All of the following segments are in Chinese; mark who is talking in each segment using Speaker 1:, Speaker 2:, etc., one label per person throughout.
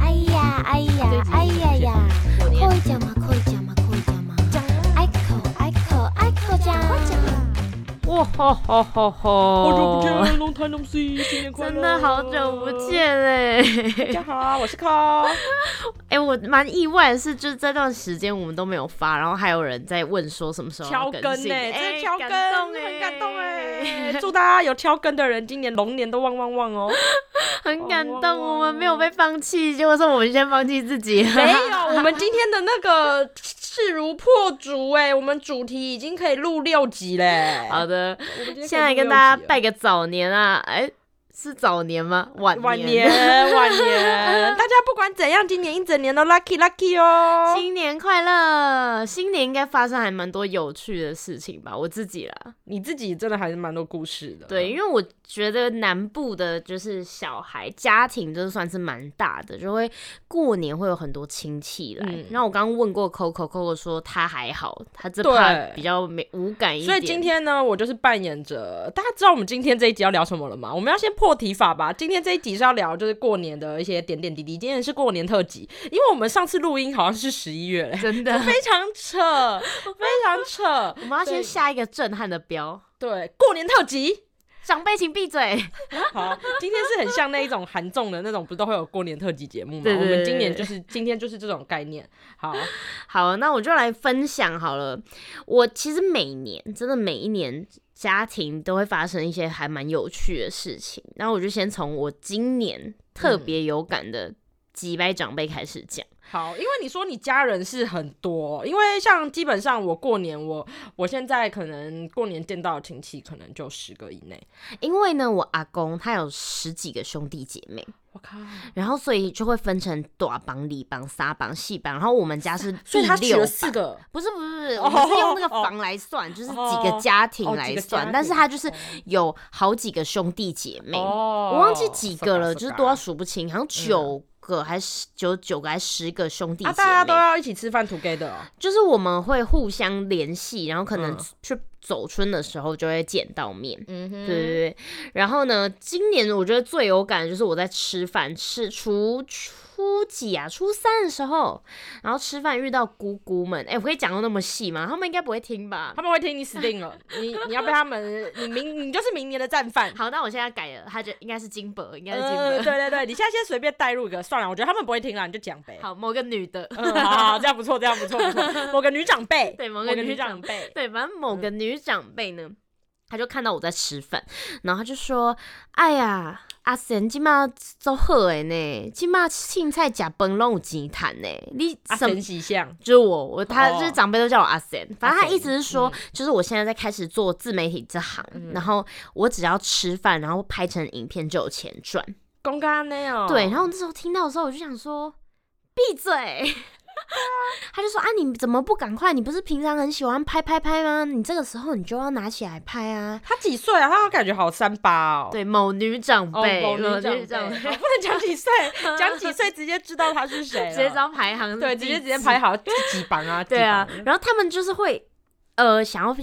Speaker 1: 哎呀哎呀哎呀呀，
Speaker 2: 过年
Speaker 1: 可以讲吗？可以讲吗？可以讲吗？爱口爱口爱口讲，
Speaker 2: 哇吼吼吼
Speaker 3: 好久不
Speaker 2: 吼！
Speaker 3: 见，龙潭龙 C，新年快乐！
Speaker 2: 真的好久不！见嘞、
Speaker 3: 大家好，我是卡。
Speaker 2: 哎、我蛮意外的是，就是这段时间我们都没有发，然后还有人在问说什么时候要
Speaker 3: 敲
Speaker 2: 更
Speaker 3: 更呢、
Speaker 2: 新，
Speaker 3: 欸，真的敲更，
Speaker 2: 感动哎、
Speaker 3: 很感动哎、祝大家有敲更的人，今年龙年都旺旺旺哦！
Speaker 2: 很感
Speaker 3: 哇
Speaker 2: 动，我们没有被放弃，结果是我们先放弃自己了。
Speaker 3: 没有，我们今天的那个势如破竹哎、我们主题已经可以录六集嘞。
Speaker 2: 好的，
Speaker 3: 我们今天可以录
Speaker 2: 先来跟大家
Speaker 3: 六集了
Speaker 2: 拜个早年啊！哎、是早年吗？晚
Speaker 3: 晚年，晚年，大家不管怎样，今年一整年都 lucky lucky 哦。
Speaker 2: 新年快乐！新年应该发生还蛮多有趣的事情吧，我自己啦。
Speaker 3: 你自己真的还是蛮多故事的，
Speaker 2: 对，因为我觉得南部的就是小孩家庭，就是算是蛮大的，就会过年会有很多亲戚来。
Speaker 3: 嗯
Speaker 2: 然后我刚刚问过 Coco，Coco 说他还好，他这
Speaker 3: 对
Speaker 2: 怕比较没无感一点。，
Speaker 3: 所以今天呢，我就是扮演着大家知道我们今天这一集要聊什么了吗？我们要先破题法吧。今天这一集是要聊就是过年的一些点点滴滴。今天是过年特辑，因为我们上次录音好像是十一月嘞
Speaker 2: 真的，
Speaker 3: 非常扯，非常扯。
Speaker 2: 我们要
Speaker 3: 对
Speaker 2: 先下一个震撼的标，
Speaker 3: 对，过年特辑。
Speaker 2: 长辈请闭嘴。
Speaker 3: 好，今天是很像那一种韩综的那种，不是都会有过年特辑节目吗？
Speaker 2: 对对
Speaker 3: 我们今年
Speaker 2: 对
Speaker 3: 就是今天就是这种概念。好，
Speaker 2: 好，那我就来分享好了。我其实每年真的每一年家庭都会发生一些还蛮有趣的事情。那我就先从我今年
Speaker 3: 嗯
Speaker 2: 特别有感的几百长辈开始讲。
Speaker 3: 好，因为你说你家人是很多，因为像基本上我过年我我现在可能过年见到的亲戚可能就十个以内，
Speaker 2: 因为呢，我阿公他有十几个兄弟姐妹，
Speaker 3: 我靠，
Speaker 2: 然后所以就会分成短帮、里帮、沙帮、细帮，然后我们家是
Speaker 3: 所以他
Speaker 2: 第
Speaker 3: 娶
Speaker 2: 六
Speaker 3: 了
Speaker 2: 帮
Speaker 3: 四个，
Speaker 2: 不是不是不是，
Speaker 3: 哦
Speaker 2: 我们是用那个
Speaker 3: 哦
Speaker 2: 房来算，就是
Speaker 3: 哦
Speaker 2: 几个家庭
Speaker 3: 哦
Speaker 2: 来
Speaker 3: 几个
Speaker 2: 算，
Speaker 3: 家
Speaker 2: 但是
Speaker 3: 庭
Speaker 2: 他就是有好几个兄弟姐妹，
Speaker 3: 哦
Speaker 2: 我忘记几个了，就是多到
Speaker 3: 多
Speaker 2: 数不清，
Speaker 3: 嗯
Speaker 2: 好像九个还是九九个还是十个兄弟姐
Speaker 3: 啊，大家
Speaker 2: 妹
Speaker 3: 都，要一起吃饭 together 哦。
Speaker 2: 就是我们会互相联系，然后可能
Speaker 3: 嗯
Speaker 2: 去走春的时候就会见到面。
Speaker 3: 嗯哼
Speaker 2: 对对对，然后呢，今年我觉得最有感的就是我在吃饭，吃除初几啊，初三的时候，然后吃饭遇到姑姑们，哎，我可以讲到那么细吗？他们应该不会听吧？
Speaker 3: 他们会听你死定了，你你要被他们，你明你就是明年的战犯。
Speaker 2: 好，那我现在改了，他就应该是金箔，应该是金
Speaker 3: 呃，
Speaker 2: 箔，
Speaker 3: 对对对，你现在先随便带入一个，算了，我觉得他们不会听啦，你就讲呗。
Speaker 2: 好，某个女的，
Speaker 3: 嗯，好好好，这样不错，这样不错，不错。某个女长辈，
Speaker 2: 对某
Speaker 3: 某
Speaker 2: 个
Speaker 3: 个
Speaker 2: 女
Speaker 3: 女
Speaker 2: 长
Speaker 3: 长辈，
Speaker 2: 对，反正
Speaker 3: 嗯
Speaker 2: 某个女长辈呢，她就看到我在吃饭，然后她就说：“哎呀，阿神今嘛做好诶呢，今嘛青菜食饭拢有钱赚呢，你
Speaker 3: 啊，
Speaker 2: 什么
Speaker 3: 神喜相。
Speaker 2: 就是我，我他
Speaker 3: 哦
Speaker 2: 就是长辈都叫我阿森，反正他
Speaker 3: 阿嗯
Speaker 2: 意
Speaker 3: 森
Speaker 2: 思是说，就是我现在在开始做自媒体这行，
Speaker 3: 嗯
Speaker 2: 然后我只要吃饭，然后拍成影片就有钱赚。
Speaker 3: 公干安内哦，
Speaker 2: 对，然后我那时候听到的时候，我就想说，闭嘴。 他就说啊，你怎么不赶快？你不是平常很喜欢拍拍拍吗？你这个时候你就要拿起来拍啊！
Speaker 3: 他几岁啊？他感觉好三八哦。
Speaker 2: 对，某女长
Speaker 3: 哦，
Speaker 2: 辈，
Speaker 3: 某女
Speaker 2: 辈，
Speaker 3: 长辈，哦不能讲几 岁，讲几岁直接知道他是谁了，
Speaker 2: 直接招排行，
Speaker 3: 对，直接直接排好自己榜啊，
Speaker 2: 对啊
Speaker 3: 几榜，
Speaker 2: 然后他们就是会呃想要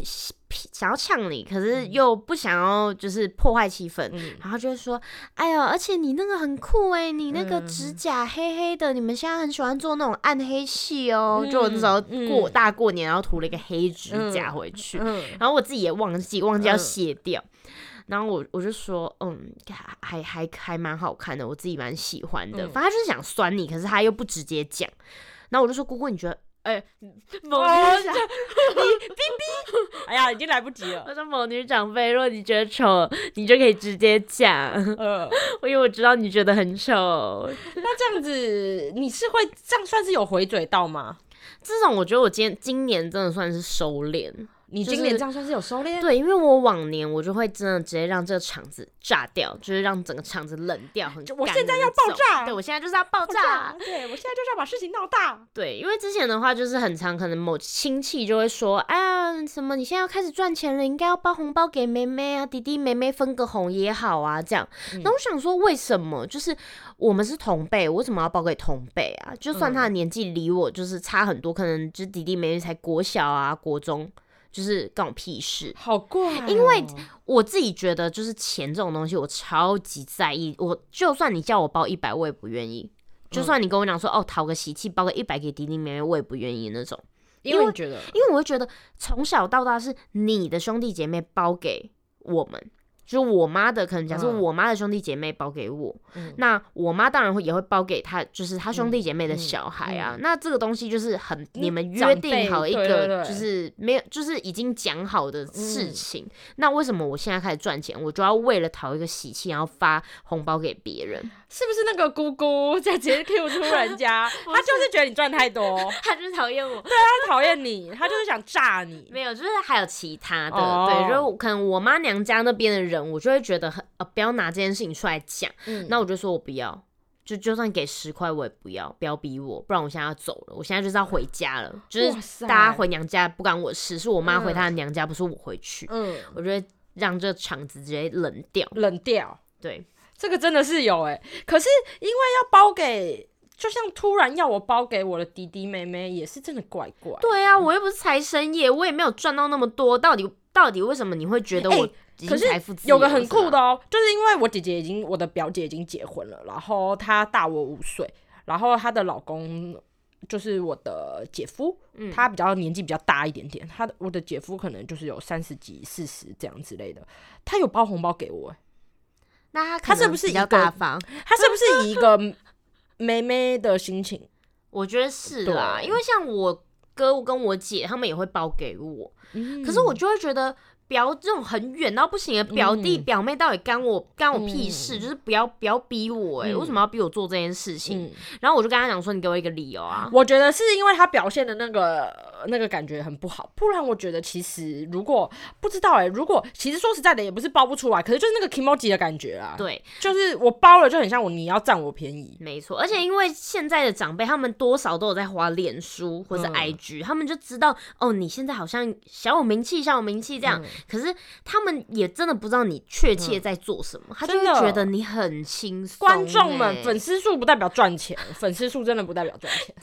Speaker 2: 想要呛你，可是又不想要就是破坏气氛，
Speaker 3: 嗯，
Speaker 2: 然后就会说，哎呦，而且你那个很酷哎、你那个
Speaker 3: 嗯
Speaker 2: 指甲黑黑的，你们现在很喜欢做那种暗黑系哦、就我那时候
Speaker 3: 嗯嗯
Speaker 2: 过、大过年，然后涂了一个黑指甲回去，
Speaker 3: 嗯，
Speaker 2: 然后我自己也忘记忘记要
Speaker 3: 嗯
Speaker 2: 卸掉。然后我我就说，嗯，还还还还蛮好看的，我自己蛮喜欢的。
Speaker 3: 嗯
Speaker 2: 反正他就是想酸你，可是他又不直接讲。然后我就说，姑姑，你觉得？哎、某
Speaker 3: 哦
Speaker 2: 女长，
Speaker 3: 哎呀，已经来不及 了，
Speaker 2: 我说某女长辈，如果你觉得丑，你就可以直接讲，
Speaker 3: 呃，
Speaker 2: 因为我知道你觉得很丑。
Speaker 3: 那这样子你是会这样算是有回嘴到吗？
Speaker 2: 这种我觉得我今今年真的算是收敛，
Speaker 3: 你
Speaker 2: 就是
Speaker 3: 今年这样算是有收敛？
Speaker 2: 对，因为我往年我就会真的直接让这个场子炸掉，就是让整个场子冷掉，很
Speaker 3: 就我
Speaker 2: 干
Speaker 3: 现在
Speaker 2: 的
Speaker 3: 要
Speaker 2: 那
Speaker 3: 爆
Speaker 2: 种
Speaker 3: 炸
Speaker 2: 对我现在就是要爆
Speaker 3: 爆
Speaker 2: 炸
Speaker 3: 炸，，对啊我现在就是要把事情闹大，
Speaker 2: 对，因为之前的话就是很常可能某亲戚就会说，啊，什么你现在要开始赚钱了，应该要包红包给妹妹啊，弟弟妹妹分个红也好啊，这样。那、我想说，为什么就是我们是同辈，我为什么要包给同辈啊？就算他的年纪离我就是差很多，可能就是弟弟妹妹才国小啊、国中。就是干我屁事。
Speaker 3: 好怪哦、
Speaker 2: 因为我自己觉得，就是钱这种东西，我超级在意。我就算你叫我包一百，我也不愿意。就算你跟我讲说，哦，讨个喜气，包个一百给弟弟妹妹，我也不愿意那种。
Speaker 3: 因为你觉得
Speaker 2: 因为我会觉得从小到大是你的兄弟姐妹包给我们，就是我妈的，可能假设
Speaker 3: 嗯
Speaker 2: 我妈的兄弟姐妹包给我，
Speaker 3: 嗯
Speaker 2: 那我妈当然会也会包给她，就是她兄弟姐妹的
Speaker 3: 嗯
Speaker 2: 小孩啊。那这个东西就是很
Speaker 3: 嗯
Speaker 2: 你们约
Speaker 3: 长辈
Speaker 2: 定好一
Speaker 3: 对对
Speaker 2: 个，
Speaker 3: 对
Speaker 2: 就是没有，就是已经讲好的事
Speaker 3: 嗯
Speaker 2: 情。那为什么我现在开始赚钱，我就要为了讨一个喜气，然后发红包给别 人？
Speaker 3: 是不是那个姑姑在直接 Q 出人 家，她就是觉得你赚太多，
Speaker 2: 她就是讨厌我，
Speaker 3: 她讨厌你，她就是想炸你。
Speaker 2: 没有，就是还有其他的，
Speaker 3: 哦
Speaker 2: 对，就是我可能我妈娘家那边的人，我就会觉得很呃，不要拿这件事情出来讲，
Speaker 3: 嗯
Speaker 2: 那我就说我不要，就就算给十块我也不要，不要逼我，不然我现在要走了，我现在就是要回家了，就
Speaker 3: 哇
Speaker 2: 是
Speaker 3: 塞
Speaker 2: 大家回娘家不关我事，是我妈回
Speaker 3: 嗯
Speaker 2: 她的娘家，不是我回去，
Speaker 3: 嗯，
Speaker 2: 我觉得让这场子直接冷掉，
Speaker 3: 冷掉，
Speaker 2: 对，
Speaker 3: 这个真的是有哎、可是因为要包给，就像突然要我包给我的弟弟妹妹，也是真的怪怪。
Speaker 2: 对啊，我又不是财神爷，我也没有赚到那么多，到底到底为什么你会觉得
Speaker 3: 哎
Speaker 2: 我已
Speaker 3: 可
Speaker 2: 经
Speaker 3: 是
Speaker 2: 财富自由
Speaker 3: 有
Speaker 2: 了
Speaker 3: 个
Speaker 2: 是吗？啊
Speaker 3: 很酷的哦，就是因为我姐姐已经，我的表姐已经结婚了，然后她大我五岁，然后她的老公就是我的姐夫，
Speaker 2: 嗯
Speaker 3: 他比较年纪比较大一点点，他的我的姐夫可能就是有三十几、四十这样之类的，他有包红包给我，
Speaker 2: 那他
Speaker 3: 他
Speaker 2: 可
Speaker 3: 是
Speaker 2: 能
Speaker 3: 不是
Speaker 2: 比
Speaker 3: 一
Speaker 2: 较
Speaker 3: 个
Speaker 2: 大方？
Speaker 3: 他是不是以一个妹妹的心情？
Speaker 2: 我觉得是啦，
Speaker 3: 对
Speaker 2: 因为像我哥跟我姐他们也会包给我，
Speaker 3: 嗯
Speaker 2: 可是我就会觉得表这种很远到不行的表弟、
Speaker 3: 嗯
Speaker 2: 表妹到底干我干我屁事？就是不要不要逼我哎、
Speaker 3: 嗯
Speaker 2: 为什么要逼我做这件事情？
Speaker 3: 嗯，
Speaker 2: 然后我就跟他讲说，你给我一个理由啊。
Speaker 3: 我觉得是因为他表现的那个呃那个感觉很不好，不然我觉得其实如果不知道哎、如果其实说实在的也不是包不出来，可是就是那个 emoji 的感觉啊，，
Speaker 2: 对，
Speaker 3: 就是我包了就很像我你要占我便宜，
Speaker 2: 没错，而且因为现在的长辈，他们多少都有在花脸书或是
Speaker 3: 嗯
Speaker 2: IG，、他们就知道哦，你现在好像小有名气，小有名气这样。
Speaker 3: 嗯
Speaker 2: 可是他们也真的不知道你确切在做什么，他就会
Speaker 3: 真的
Speaker 2: 觉得你很轻松、
Speaker 3: 观众们
Speaker 2: 欸
Speaker 3: 粉丝数不代表赚钱，粉丝数真的不代表赚钱，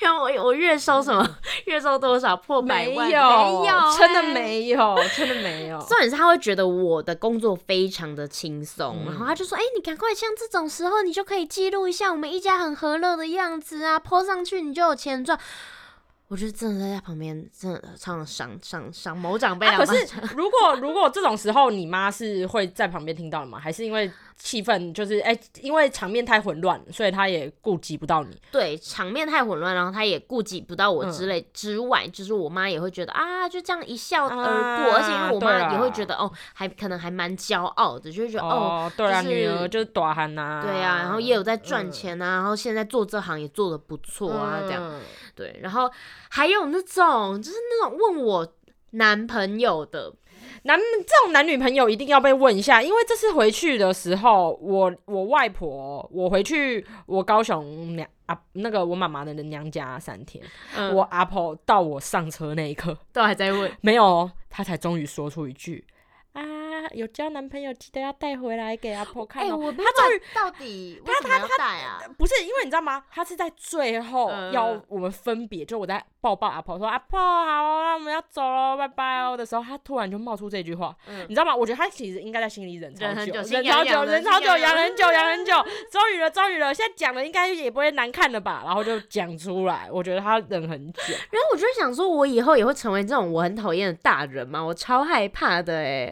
Speaker 2: 看我我月收什么？月收多少？破 百
Speaker 3: 嗯没
Speaker 2: 万？
Speaker 3: 有，
Speaker 2: 没有
Speaker 3: 真的
Speaker 2: 欸。
Speaker 3: 没有，真的没有。
Speaker 2: 重点是他会觉得我的工作非常的轻松，
Speaker 3: 嗯
Speaker 2: 然后他就说：“哎、你赶快像这种时候，你就可以记录一下我们一家很和乐的样子啊，po 上去你就有钱赚。”我就真的在旁边，真的常常赏赏赏某长辈、老
Speaker 3: 啊、可
Speaker 2: 板
Speaker 3: 是 如果如果这种时候，你妈是会在旁边听到的吗？还是因为气氛就是哎、因为场面太混乱，所以她也顾及不到你？
Speaker 2: 对场面太混乱，然后他也顾及不到我之
Speaker 3: 嗯
Speaker 2: 类、之外，就是我妈也会觉得啊，就这样一笑而过，而且因为我
Speaker 3: 啊对
Speaker 2: 妈
Speaker 3: 啦
Speaker 2: 也会觉得哦，还可能还蛮骄傲的，就会觉得哦
Speaker 3: 哦，对啊，
Speaker 2: 就是
Speaker 3: 女儿就是短寒呐、
Speaker 2: 对啊，然后也有在赚钱啊，然后现在做这行也做的不错啊，这样
Speaker 3: 嗯嗯
Speaker 2: 对，然后还有那种就是那种问我男朋友的，
Speaker 3: 男这种男女朋友一定要被问一下，因为这次回去的时候，我我外婆，我回去我高雄娘啊那个我妈妈的娘家三天，
Speaker 2: 嗯
Speaker 3: 我阿婆到我上车那一刻，
Speaker 2: 都还在问，
Speaker 3: 没有哦，她才终于说出一句啊，有交男朋友记得要带回来给阿婆看
Speaker 2: 哎、
Speaker 3: 哦。
Speaker 2: 我没
Speaker 3: 她终于
Speaker 2: 办法到底为什么要带啊？
Speaker 3: 不是因为你知道吗？他是在最后
Speaker 2: 嗯
Speaker 3: 要我们分别，就我在抱抱阿婆说阿婆好哦，那我们要走喽，拜拜哦的时候，他突然就冒出这句话，
Speaker 2: 嗯
Speaker 3: 你知道吗？我觉得他其实应该在心里忍超
Speaker 2: 忍很久心
Speaker 3: 忍
Speaker 2: 痒
Speaker 3: 超
Speaker 2: 痒
Speaker 3: 久，
Speaker 2: 的
Speaker 3: 忍
Speaker 2: 心
Speaker 3: 超久，
Speaker 2: 痒痒
Speaker 3: 养很久，养很久，终于了，终于了，现在讲了应该也不会难看了吧？然后就讲出来，我觉得他忍很久，
Speaker 2: 然后我就想说，我以后也会成为这种我很讨厌的大人嘛，我超害怕的哎、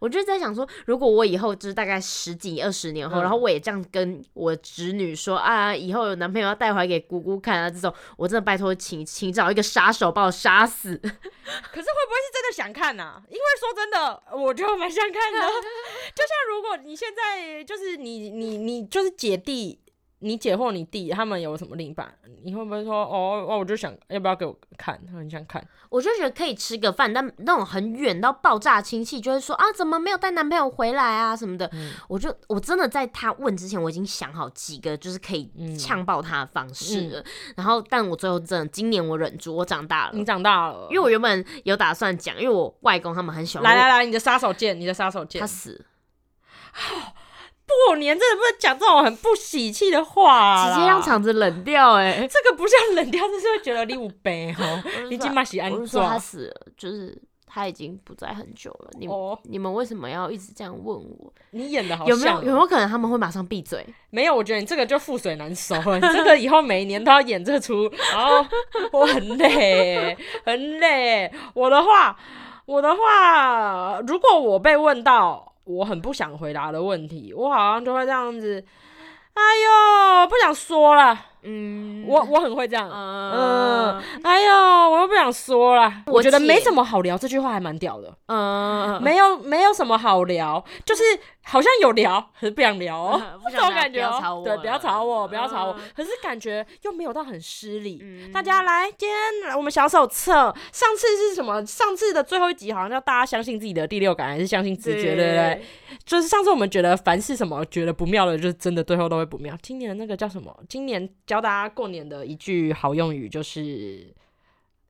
Speaker 2: 我就在想说，如果我以后就是大概十几二十年后，
Speaker 3: 嗯
Speaker 2: 然后我也这样跟我侄女说啊，以后有男朋友要带回来给姑姑看啊，这种我真的拜托，请请找一个杀手把我杀死。
Speaker 3: 可是会不会是真的想看呐、因为说真的，我就蛮想看 的。就像如果你现在就是你你你就是姐弟，你姐或你弟他们有什么另一半，你会不会说哦哦，我就想要不要给我看，很想看。
Speaker 2: 我就觉得可以吃个饭，但那种很远到爆炸的亲戚就会说啊，怎么没有带男朋友回来啊什么的。
Speaker 3: 嗯
Speaker 2: 我就我真的在他问之前，我已经想好几个就是可以呛爆他的方式了。然后，但我最后真的今年我忍住，我长大了
Speaker 3: 嗯你。长大了，
Speaker 2: 因为我原本有打算讲，因为我外公他们很喜欢我
Speaker 3: 来来来，你的杀手锏，你的杀手锏
Speaker 2: 他，死了，
Speaker 3: 过年真的不能讲这种很不喜气的话啦，
Speaker 2: 直接让场子冷掉哎、欸。
Speaker 3: 这个不像冷掉，这是会觉得你有 悲哦
Speaker 2: 我是，
Speaker 3: 你
Speaker 2: 说
Speaker 3: 今嘛喜啊安
Speaker 2: 我是说他
Speaker 3: 装。
Speaker 2: 死了，就是他已经不在很久了。你们、
Speaker 3: 哦，
Speaker 2: 你们为什么要一直这样问我？
Speaker 3: 你演的好
Speaker 2: 有
Speaker 3: 像
Speaker 2: 没有
Speaker 3: 哦
Speaker 2: 有没有可能他们会马上闭嘴？
Speaker 3: 没有，我觉得你这个就覆水难收了。你这个以后每一年都要演这出，然后我很累，很累。我的话，我的话，如果我被问到我很不想回答的问题，我好像就会这样子。哎呦，不想说了。
Speaker 2: 嗯
Speaker 3: 我我很会这样。
Speaker 2: 嗯
Speaker 3: 哎呦，我又不想说了。
Speaker 2: 我
Speaker 3: 我觉得
Speaker 2: 姐
Speaker 3: 没什么好聊，这句话还蛮屌的。
Speaker 2: 嗯，
Speaker 3: 没有没有什么好聊，就是好像有聊，可是不想聊哦。
Speaker 2: 不
Speaker 3: 这
Speaker 2: 想
Speaker 3: 种
Speaker 2: 聊
Speaker 3: 感觉
Speaker 2: 不要吵
Speaker 3: 哦，
Speaker 2: 我
Speaker 3: 对，不要吵我，
Speaker 2: 了
Speaker 3: 不要吵我
Speaker 2: 嗯。
Speaker 3: 可是感觉又没有到很失礼。
Speaker 2: 嗯
Speaker 3: 大家来，今天我们小手册，上次是什么？上次的最后一集好像叫大家相信自己的第六感，还是相信直觉，对不对？就是上次我们觉得凡是什么觉得不妙的，就真的最后都会不妙。今年的那个叫什么？今年教大家过年的一句好用语就是，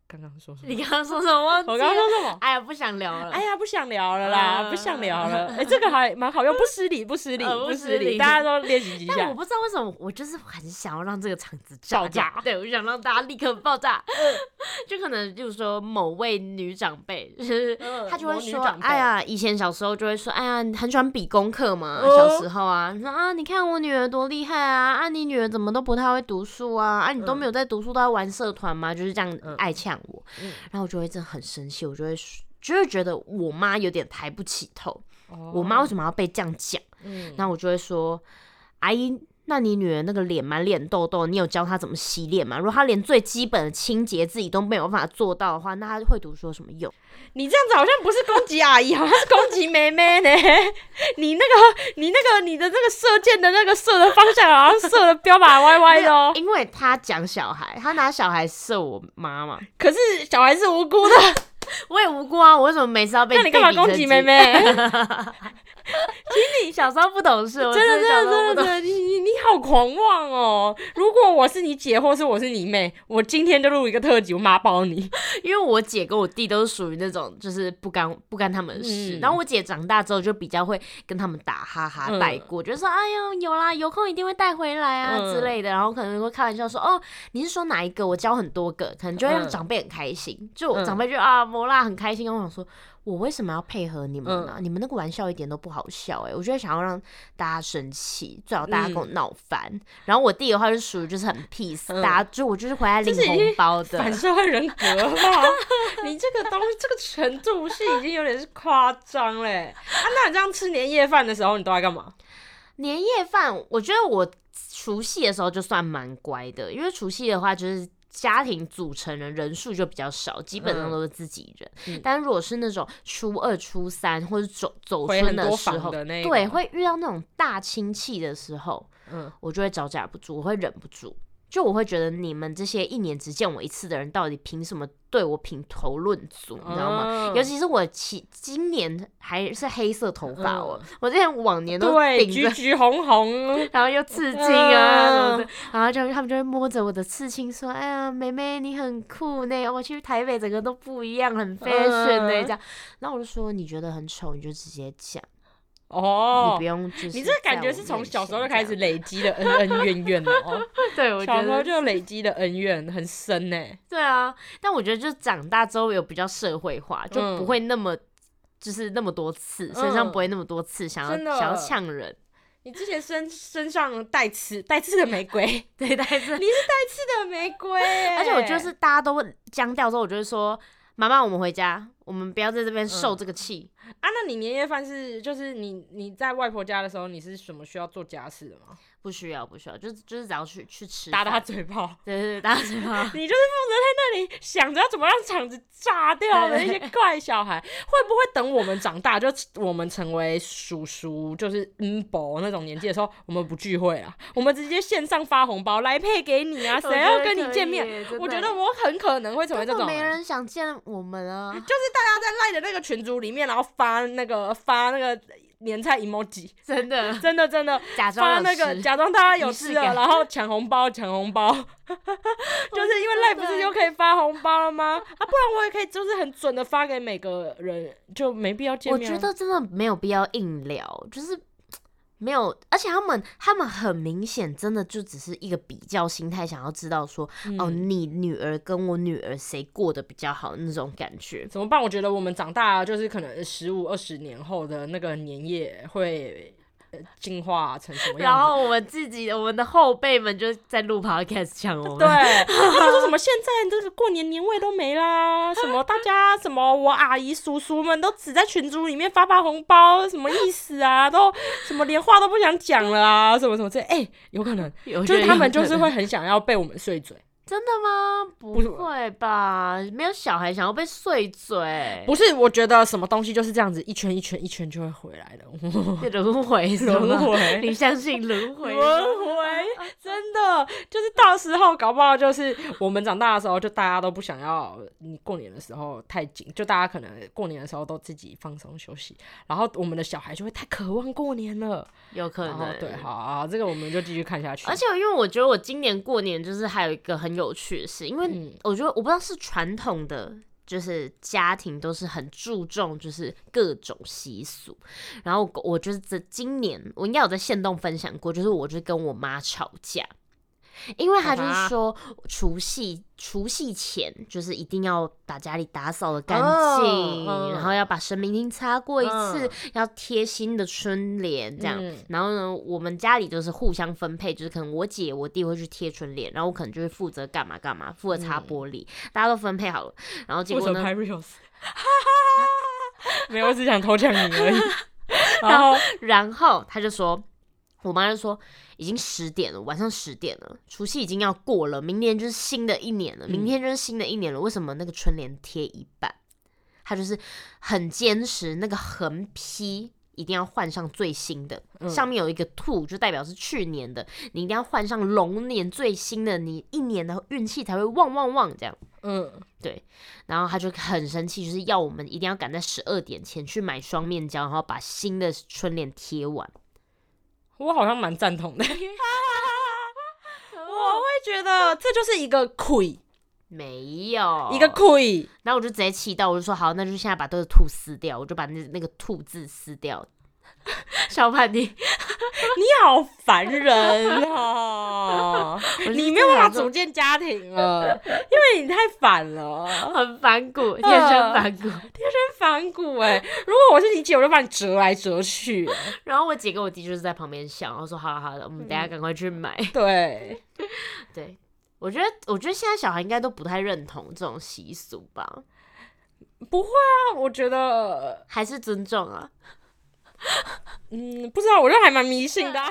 Speaker 3: 刚刚说什么？
Speaker 2: 你刚刚说什么？
Speaker 3: 我刚刚说什么？
Speaker 2: 哎呀，不想聊了。
Speaker 3: 哎呀，不想聊了啦，
Speaker 2: 嗯
Speaker 3: 不想聊了。哎、这个还蛮好用，不失礼，不失礼，
Speaker 2: 呃不
Speaker 3: 不
Speaker 2: 失
Speaker 3: 失
Speaker 2: 礼
Speaker 3: 礼，大家都练习一
Speaker 2: 但我
Speaker 3: 下。
Speaker 2: 不知道为什么，我就是很想要让这个场子
Speaker 3: 爆炸嗯
Speaker 2: 对我就想让大家立刻爆炸。 就可能就是说某位女长辈，就是
Speaker 3: 嗯
Speaker 2: 她就会
Speaker 3: 某女
Speaker 2: 说
Speaker 3: 长：“辈
Speaker 2: 哎呀，以前小时候就会说，哎呀，你很喜欢比功课嘛，
Speaker 3: 哦
Speaker 2: 小时候啊，你说啊，你看我女儿多厉害啊，啊，你女儿怎么都不太会读书啊，啊，你都没有在读书，都在玩社团嘛，就是这样
Speaker 3: 嗯
Speaker 2: 爱呛我
Speaker 3: 嗯，
Speaker 2: 然后我就会真的很生气，我就会就会觉得我妈有点抬不起头，我妈为什么要被这样讲？”
Speaker 3: 哦嗯，
Speaker 2: 那我就会说，阿姨，那你女儿那个脸满脸痘痘，你有教她怎么洗脸吗？如果她连最基本的清洁自己都没有办法做到的话，那她会读书有什么用？
Speaker 3: 你这样子好像不是攻击阿姨，好像是攻击妹妹呢。你那个，你那个，你的那个射箭的那个射的方向，好像射的标靶歪歪的哦。
Speaker 2: 因为她讲小孩，她拿小孩射我妈妈，
Speaker 3: 可是小孩是无辜的，
Speaker 2: 我也无辜啊，我为什么每次要被？
Speaker 3: 那你干嘛
Speaker 2: 被比成
Speaker 3: 攻击
Speaker 2: 绩
Speaker 3: 妹？妹？
Speaker 2: 你小时候不懂事，我
Speaker 3: 真的，真
Speaker 2: 小时
Speaker 3: 的，
Speaker 2: 候
Speaker 3: 真的，
Speaker 2: 不懂
Speaker 3: 真
Speaker 2: 事。
Speaker 3: 的，你你你好狂妄哦！如果我是你姐，或是我是你妹，我今天就录一个特辑，我妈包你。
Speaker 2: 因为我姐跟我弟都是属于那种就是不干不干他们的事，
Speaker 3: 嗯
Speaker 2: 然后我姐长大之后就比较会跟他们打哈哈带过，就说哎呦有啦，有空一定会带回来啊、
Speaker 3: 嗯
Speaker 2: 之类的，然后可能会开玩笑说哦你是说哪一个？我教很多个，可能就会让
Speaker 3: 嗯
Speaker 2: 长辈很开心，就我
Speaker 3: 嗯
Speaker 2: 长辈就啊摩拉很开心，跟我想说。我为什么要配合你们呢、
Speaker 3: 嗯
Speaker 2: 你们那个玩笑一点都不好笑哎、我就会想要让大家生气，最好大家跟我闹翻。然后我弟的话是属于就是很 peace，、
Speaker 3: 嗯
Speaker 2: 大家就我就是回来领
Speaker 3: 这是已经
Speaker 2: 红包的，
Speaker 3: 反社会人格吧？ 你这个东西，这个程度是已经有点是夸张嘞。啊，那你这样吃年夜饭的时候，你都在干嘛？
Speaker 2: 年夜饭，我觉得我除夕的时候就算蛮乖的，因为除夕的话就是。家庭组成人人数就比较少，基本上都是自己人。
Speaker 3: 嗯
Speaker 2: 但如果是那种初二、初三或者走走
Speaker 3: 回很
Speaker 2: 村
Speaker 3: 多
Speaker 2: 时
Speaker 3: 房
Speaker 2: 候，
Speaker 3: 的那一
Speaker 2: 对，
Speaker 3: 种，
Speaker 2: 会遇到那种大亲戚的时候，
Speaker 3: 嗯，
Speaker 2: 我就会招架不住，我会忍不住，就我会觉得你们这些一年只见我一次的人，到底凭什么对我品头论足，你知道吗？
Speaker 3: 嗯
Speaker 2: 尤其是我其今年还是黑色头发哦，
Speaker 3: 嗯
Speaker 2: 我之前往年都
Speaker 3: 对，
Speaker 2: 顶
Speaker 3: 橘
Speaker 2: 着
Speaker 3: 橘 红红，
Speaker 2: 然后又刺青啊什么
Speaker 3: 嗯
Speaker 2: 的，然后就他们就会摸着我的刺青说：“哎呀，妹妹你很酷呢，我去台北整个都不一样，很 fashion 呢。”
Speaker 3: 嗯
Speaker 2: 这样，然后我就说：“你觉得很丑，你就直接讲，你
Speaker 3: 哦
Speaker 2: 不。用就是。”
Speaker 3: 你这个感觉是从小时候就开始，累积的恩恩怨怨了哦，
Speaker 2: 对 我
Speaker 3: 小
Speaker 2: 觉
Speaker 3: 时候
Speaker 2: 得
Speaker 3: 就累积的恩怨很深呢、
Speaker 2: 对啊。但我觉得就长大之后有比较社会化，就不
Speaker 3: 嗯
Speaker 2: 会那么。就是那么多次，身上
Speaker 3: 嗯
Speaker 2: 不会那么多次，想
Speaker 3: 真
Speaker 2: 要
Speaker 3: 的
Speaker 2: 想要呛人，
Speaker 3: 你之前身身上带刺带刺的玫瑰，你
Speaker 2: 对，但是
Speaker 3: 是带刺的玫瑰欸、
Speaker 2: 而且我就是大家都会僵掉之后，我就会说：“妈妈，我们回家，我们不要在这边受这个气。
Speaker 3: 啊，那你年夜饭是就是你你在外婆家的时候，你是什么需要做家事的吗？
Speaker 2: 不需要，不需要，就是就是只要去去吃
Speaker 3: 打
Speaker 2: 饭，
Speaker 3: 打嘴炮，。
Speaker 2: 对对对，打打嘴巴
Speaker 3: 你就是负责在那里想着要怎么让场子炸掉的 一些怪小孩，会不会等我们长大，就我们成为叔叔，就是嗯伯那种年纪的时候，我们不聚会啊，我们直接线上发红包来配给你啊，谁要跟你见面？
Speaker 2: 面
Speaker 3: 我觉得我很可能会成为这
Speaker 2: 根
Speaker 3: 种
Speaker 2: 本没
Speaker 3: 人。
Speaker 2: 人想见我们啊，
Speaker 3: 就是大家在赖的那个群组里面，然后发那个发那个年菜 emoji，
Speaker 2: 真的，
Speaker 3: 真的真的，
Speaker 2: 假
Speaker 3: 发
Speaker 2: 装
Speaker 3: 那
Speaker 2: 有
Speaker 3: 个
Speaker 2: 事
Speaker 3: 假装大家有
Speaker 2: 仪式
Speaker 3: 吃了，
Speaker 2: 感
Speaker 3: 然后抢红包，抢红包，就是因为赖不
Speaker 2: 欸
Speaker 3: 是就可以发红包了吗？啊，不然我也可以就是很准的发给每个人，就没必要见
Speaker 2: 我
Speaker 3: 面啊。
Speaker 2: 觉得真的没有必要硬聊，就是。没有，而且他们他们很明显，真的就只是一个比较心态，想要知道说，哦，
Speaker 3: 嗯
Speaker 2: 你女儿跟我女儿谁过得比较好那种感觉。
Speaker 3: 怎么办？我觉得我们长大，就是可能十五、二十年后的那个年夜会呃进化成什么样子？
Speaker 4: 然后我们自己我们的后辈们就在录 podcast 抢 我们，
Speaker 3: 对，他们说什 么现在这个过年年味都没啦，什么大家什么我阿姨叔叔们都只在群组里面发发红包，什么意思啊？都什么连话都不想讲了啊，什么什么这哎、有可能
Speaker 4: 有
Speaker 3: 就是
Speaker 4: 些
Speaker 3: 他
Speaker 4: 有
Speaker 3: 们
Speaker 4: 可
Speaker 3: 就是
Speaker 4: 能
Speaker 3: 会很想要被我们碎嘴，
Speaker 2: 真的吗？不
Speaker 3: 不是
Speaker 2: 会吧？没有小孩想要被碎嘴，
Speaker 3: 不是？我觉得什么东西就是这样子一圈一圈一圈就会回来的，
Speaker 4: 轮回是吗
Speaker 3: 轮，回
Speaker 4: 你相信轮回吗？
Speaker 3: 轮回，真的就是到时候搞不好就是我们长大的时候，就大家都不想要你过年的时候太紧，就大家可能过年的时候都自己放松休息，然后我们的小孩就会太渴望过年了。
Speaker 4: 有可
Speaker 3: 然后
Speaker 4: 能
Speaker 3: 哦对，好好，好这个我们就继续看下去。
Speaker 2: 而且因为我觉得我今年过年就是还有一个很有趣的事，因
Speaker 3: 嗯
Speaker 2: 为我觉得我不知道是传统的。就是家庭都是很注重，就是各种习俗。然后我就是这今年，我应该有在线动分享过，就是我就跟我妈吵架，因为她就是说除夕除夕前就是一定要把家里打扫的干净，
Speaker 3: 哦嗯
Speaker 2: 然后要把神明厅擦过一次，
Speaker 3: 嗯
Speaker 2: 要贴新的春联这样。
Speaker 3: 嗯
Speaker 2: 然后呢，我们家里就是互相分配，就是可能我姐我弟会去贴春联，然后我可能就会负责干嘛干嘛，负责擦玻璃，大家都分配好了。然后结
Speaker 3: 嗯为
Speaker 2: 果
Speaker 3: 什么
Speaker 2: 呢，
Speaker 3: 拍 reels？没有，我只想偷抢你而已。然后
Speaker 2: 然后他就说，我妈就说已经十点了，晚上十点了，除夕已经要过了，明年就是新的一年了，明天就是新的一年了，为什么那个春联贴一半？他就是很坚持那个横批。一定要换上最新的，上面有一个兔，就代表是去年的。你一定要换上龙年最新的，你一年的运气才会旺旺旺这样。
Speaker 3: 嗯，
Speaker 2: 然后他就很生气，就是要我们一定要赶在十二点前去买双面胶，然后把新的春联贴完。
Speaker 3: 我好像蛮赞同的。我会觉得这就是一个亏，
Speaker 2: 没有
Speaker 3: 一个亏。
Speaker 2: 然后我就直接气到，我就说好，那就现在把这个兔撕掉，我就把那那个兔字撕 掉。
Speaker 4: 小潘你
Speaker 3: 你好烦人哦！你没有办法组建家庭了，因为你太反了，
Speaker 4: 很反骨，
Speaker 3: 嗯
Speaker 4: 天生反骨。
Speaker 3: 真反骨哎、如果我是你姐，我就把你折来折去。
Speaker 2: 然后我姐跟我弟就是在旁边笑，然后说好了好了，我们等一下赶快去 买。
Speaker 3: 对，
Speaker 2: 对，我觉得我觉得现在小孩应该都不太认同这种习俗吧，
Speaker 3: 不会啊，我觉得，
Speaker 2: 还是尊重啊。
Speaker 3: 嗯，不知道，我觉得还蛮迷信的、啊，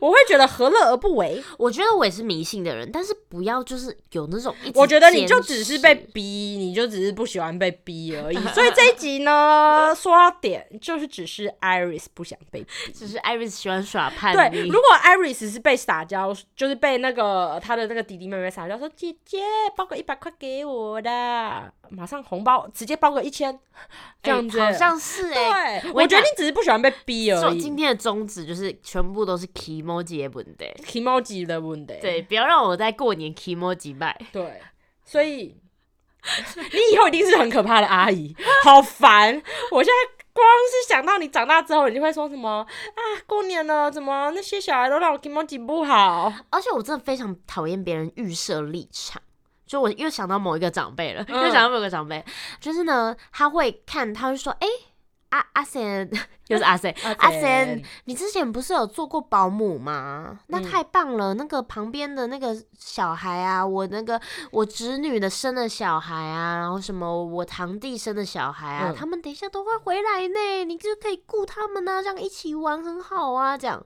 Speaker 3: 我会觉得何乐而不为？
Speaker 2: 我觉得我也是迷信的人，但是不要就是有那种一直
Speaker 3: 我觉得你就
Speaker 2: 坚
Speaker 3: 只是
Speaker 2: 持
Speaker 3: 被逼，你就只是不喜欢被逼而已。所以这一集呢，说到点就是只是 Iris 不想被逼。
Speaker 2: 只是 Iris 喜欢耍叛
Speaker 3: 对，
Speaker 2: 逆
Speaker 3: 如。果 Iris 是被撒娇，就是被那个她的那个弟弟妹妹撒娇说：“姐姐，包个一百块给我啦！”马上红包直接包个一千，这样子、
Speaker 2: 哎好像是哎、
Speaker 3: 对。啊
Speaker 2: 我跟
Speaker 3: 我
Speaker 2: 你
Speaker 3: 觉
Speaker 2: 讲
Speaker 3: 得你只是不喜欢被逼而
Speaker 2: 所以今
Speaker 3: 已。
Speaker 2: 天的宗旨就是全部都是 emoji 的问题。
Speaker 3: 提猫级的问题，
Speaker 2: 对，不要让我在过年 emoji 卖。
Speaker 3: 对，所以你以后一定是很可怕的阿姨，好烦！我现在。光是想到你长大之后，你就会说什么啊？过年了，怎么那些小孩都让我 i m o j 不好？
Speaker 2: 而且我真的非常讨厌别人预设立场。就我又想到某一个长辈了，又想到某一个长辈，就是呢，他会看，他会说，哎、阿阿森， 又是阿森，阿森，你之前不是有做过保姆吗？
Speaker 3: 嗯
Speaker 2: 那太棒了！那个旁边的那个小孩啊，我那个我侄女的生的小孩啊，然后什么我堂弟生的小孩啊，
Speaker 3: 嗯
Speaker 2: 他们等一下都会回来呢，你就可以顾他们啊，这样一起玩很好啊，这样。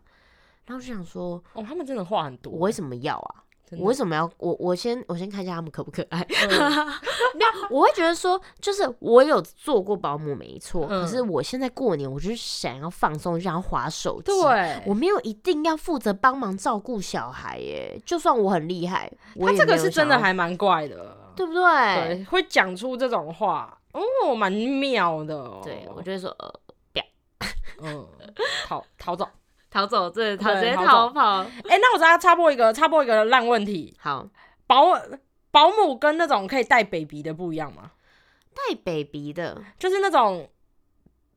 Speaker 2: 然后就想说，
Speaker 3: 哦，他们真的话很多，
Speaker 2: 我为什么要啊？
Speaker 3: 真的
Speaker 2: 我为什么要？我我先我先看一下他们可不可爱。
Speaker 3: 嗯
Speaker 2: 我会觉得说，就是我有做过保姆没错，
Speaker 3: 嗯
Speaker 2: 可是我现在过年我就是想要放松，想要划手机。
Speaker 3: 对，
Speaker 2: 我没有一定要负责帮忙照顾小孩耶，就算我很厉害，我
Speaker 3: 他
Speaker 2: 也
Speaker 3: 这个
Speaker 2: 没有
Speaker 3: 是真的
Speaker 2: 想要
Speaker 3: 还蛮怪的，
Speaker 2: 对不
Speaker 3: 对，
Speaker 2: 对？
Speaker 3: 会讲出这种话，哦，蛮妙的、哦，
Speaker 2: 对，我就会说、呃、
Speaker 3: 嗯，逃逃走。
Speaker 4: 逃走，对，逃直
Speaker 3: 对
Speaker 4: 接
Speaker 3: 逃
Speaker 4: 逃跑，
Speaker 3: 哎、那我再插播一个，插播一个烂问题，
Speaker 2: 好
Speaker 3: 保保姆跟那种可以带 baby 的不一样吗？
Speaker 2: 带 baby 的
Speaker 3: 就是那种。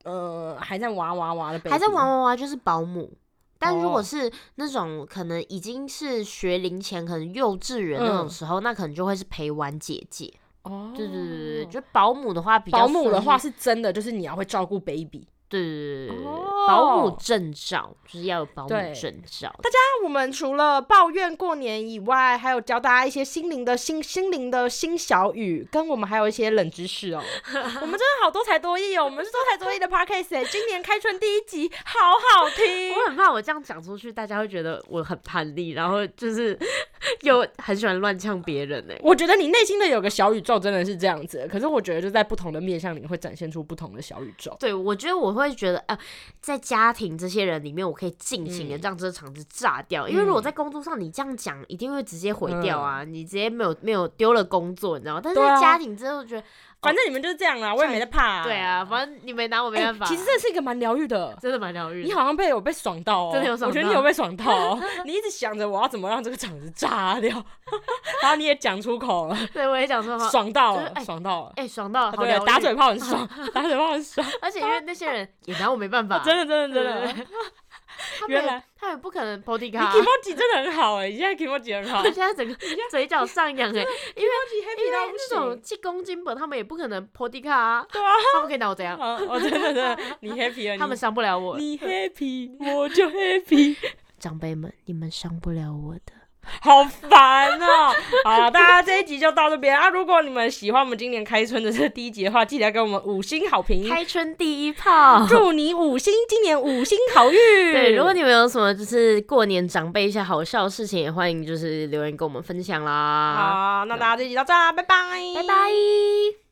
Speaker 3: 呃还在娃娃娃的 baby，
Speaker 2: 还在玩娃娃就是保姆。但如
Speaker 3: 哦
Speaker 2: 果是那种可能已经是学龄前，可能幼稚园那种
Speaker 3: 嗯
Speaker 2: 时候，那可能就会是陪玩姐姐。
Speaker 3: 哦，
Speaker 2: 对对对对，就保姆的话比较
Speaker 3: 保姆的
Speaker 2: 算
Speaker 3: 话
Speaker 2: 是，
Speaker 3: 是真的，就是你要会照顾 baby。
Speaker 2: 对对对对对，
Speaker 3: 哦
Speaker 2: 保姆证照就是要有保
Speaker 3: 对
Speaker 2: 姆证照。
Speaker 3: 那我们除了抱怨过年以外，还有教大家一些心灵的心心灵的新小语，跟我们还有一些冷知识 哦。我们真的好多才多艺哦，我们是多才多艺的 podcast，、欸、今年开春第一集，好好听。
Speaker 4: 我很怕我这样讲出去，大家会觉得我很叛逆，然后就是 又很喜欢乱呛别人呢、欸
Speaker 3: 我觉得你内心的有个小宇宙真的是这样子，可是我觉得就在不同的面向里会展现出不同的小宇
Speaker 4: 哦
Speaker 3: 宙。
Speaker 2: 对，我觉得我会觉得，呃，在家庭这些人里面，我可以尽情
Speaker 4: 嗯
Speaker 2: 的让这场子炸掉。因为如果在工作上你这样讲，一定会直接
Speaker 4: 嗯
Speaker 2: 毁掉啊，你直接没有没有丢了工作，你知道吗？但是
Speaker 3: 对啊
Speaker 2: 在家庭之后，觉得、
Speaker 3: 反正你们就是这样啦，我也没在怕、
Speaker 4: 对啊，，反正你没拿我没
Speaker 3: 哎、
Speaker 4: 办法。
Speaker 3: 其实
Speaker 2: 啊
Speaker 3: 这是一个蛮疗愈的。
Speaker 4: 真的蛮疗愈的。
Speaker 3: 你好像被我被爽到哦，
Speaker 4: 真的有爽
Speaker 3: 我觉得
Speaker 4: 到
Speaker 3: 你有被爽到 哦。你一直想着我要怎么让这个场子炸掉，然后你也讲出口了，
Speaker 4: 对，我也讲说，
Speaker 3: 爽到
Speaker 4: 就
Speaker 3: 了
Speaker 4: 是，哎
Speaker 3: 爽到了。
Speaker 4: 哎、爽到了，好疗
Speaker 3: 对，
Speaker 4: 愈
Speaker 3: 打嘴，炮很爽，打嘴炮很爽，
Speaker 4: 而且因为那些人也拿我没 办法，
Speaker 3: 真的真的真
Speaker 2: 啊
Speaker 3: 的。
Speaker 4: 他们
Speaker 3: 原来
Speaker 4: 他们不可能 p o d
Speaker 3: 你
Speaker 4: c a
Speaker 3: k i m o j i 真的很好哎，你现在 k i m o j i 很好
Speaker 4: 我现在整个嘴角上扬哎、因为因
Speaker 3: ，happy
Speaker 4: 为那 种。几公斤本，他们也不可能 p o d c a 啊，对啊，他们可以拿我怎样？
Speaker 3: 啊，我真的真的，你 happy 了，
Speaker 4: 他们伤不了我。
Speaker 3: 你 happy 我就 happy，
Speaker 2: 长辈们，你们伤不了我的。
Speaker 3: 好烦哦、好了，大家这一集就到这边啊。如果你们喜欢我们今年开春的这第一集的话，记得要给我们五星好评，
Speaker 2: 开春第一炮。
Speaker 3: 祝你五星今年五星好运。
Speaker 2: 哦对，如果你们有什么就是过年长辈一些好笑的事情，也欢迎就是留言跟我们分享啦。
Speaker 3: 好，那大家这一集到这啦，拜拜，
Speaker 2: 拜拜。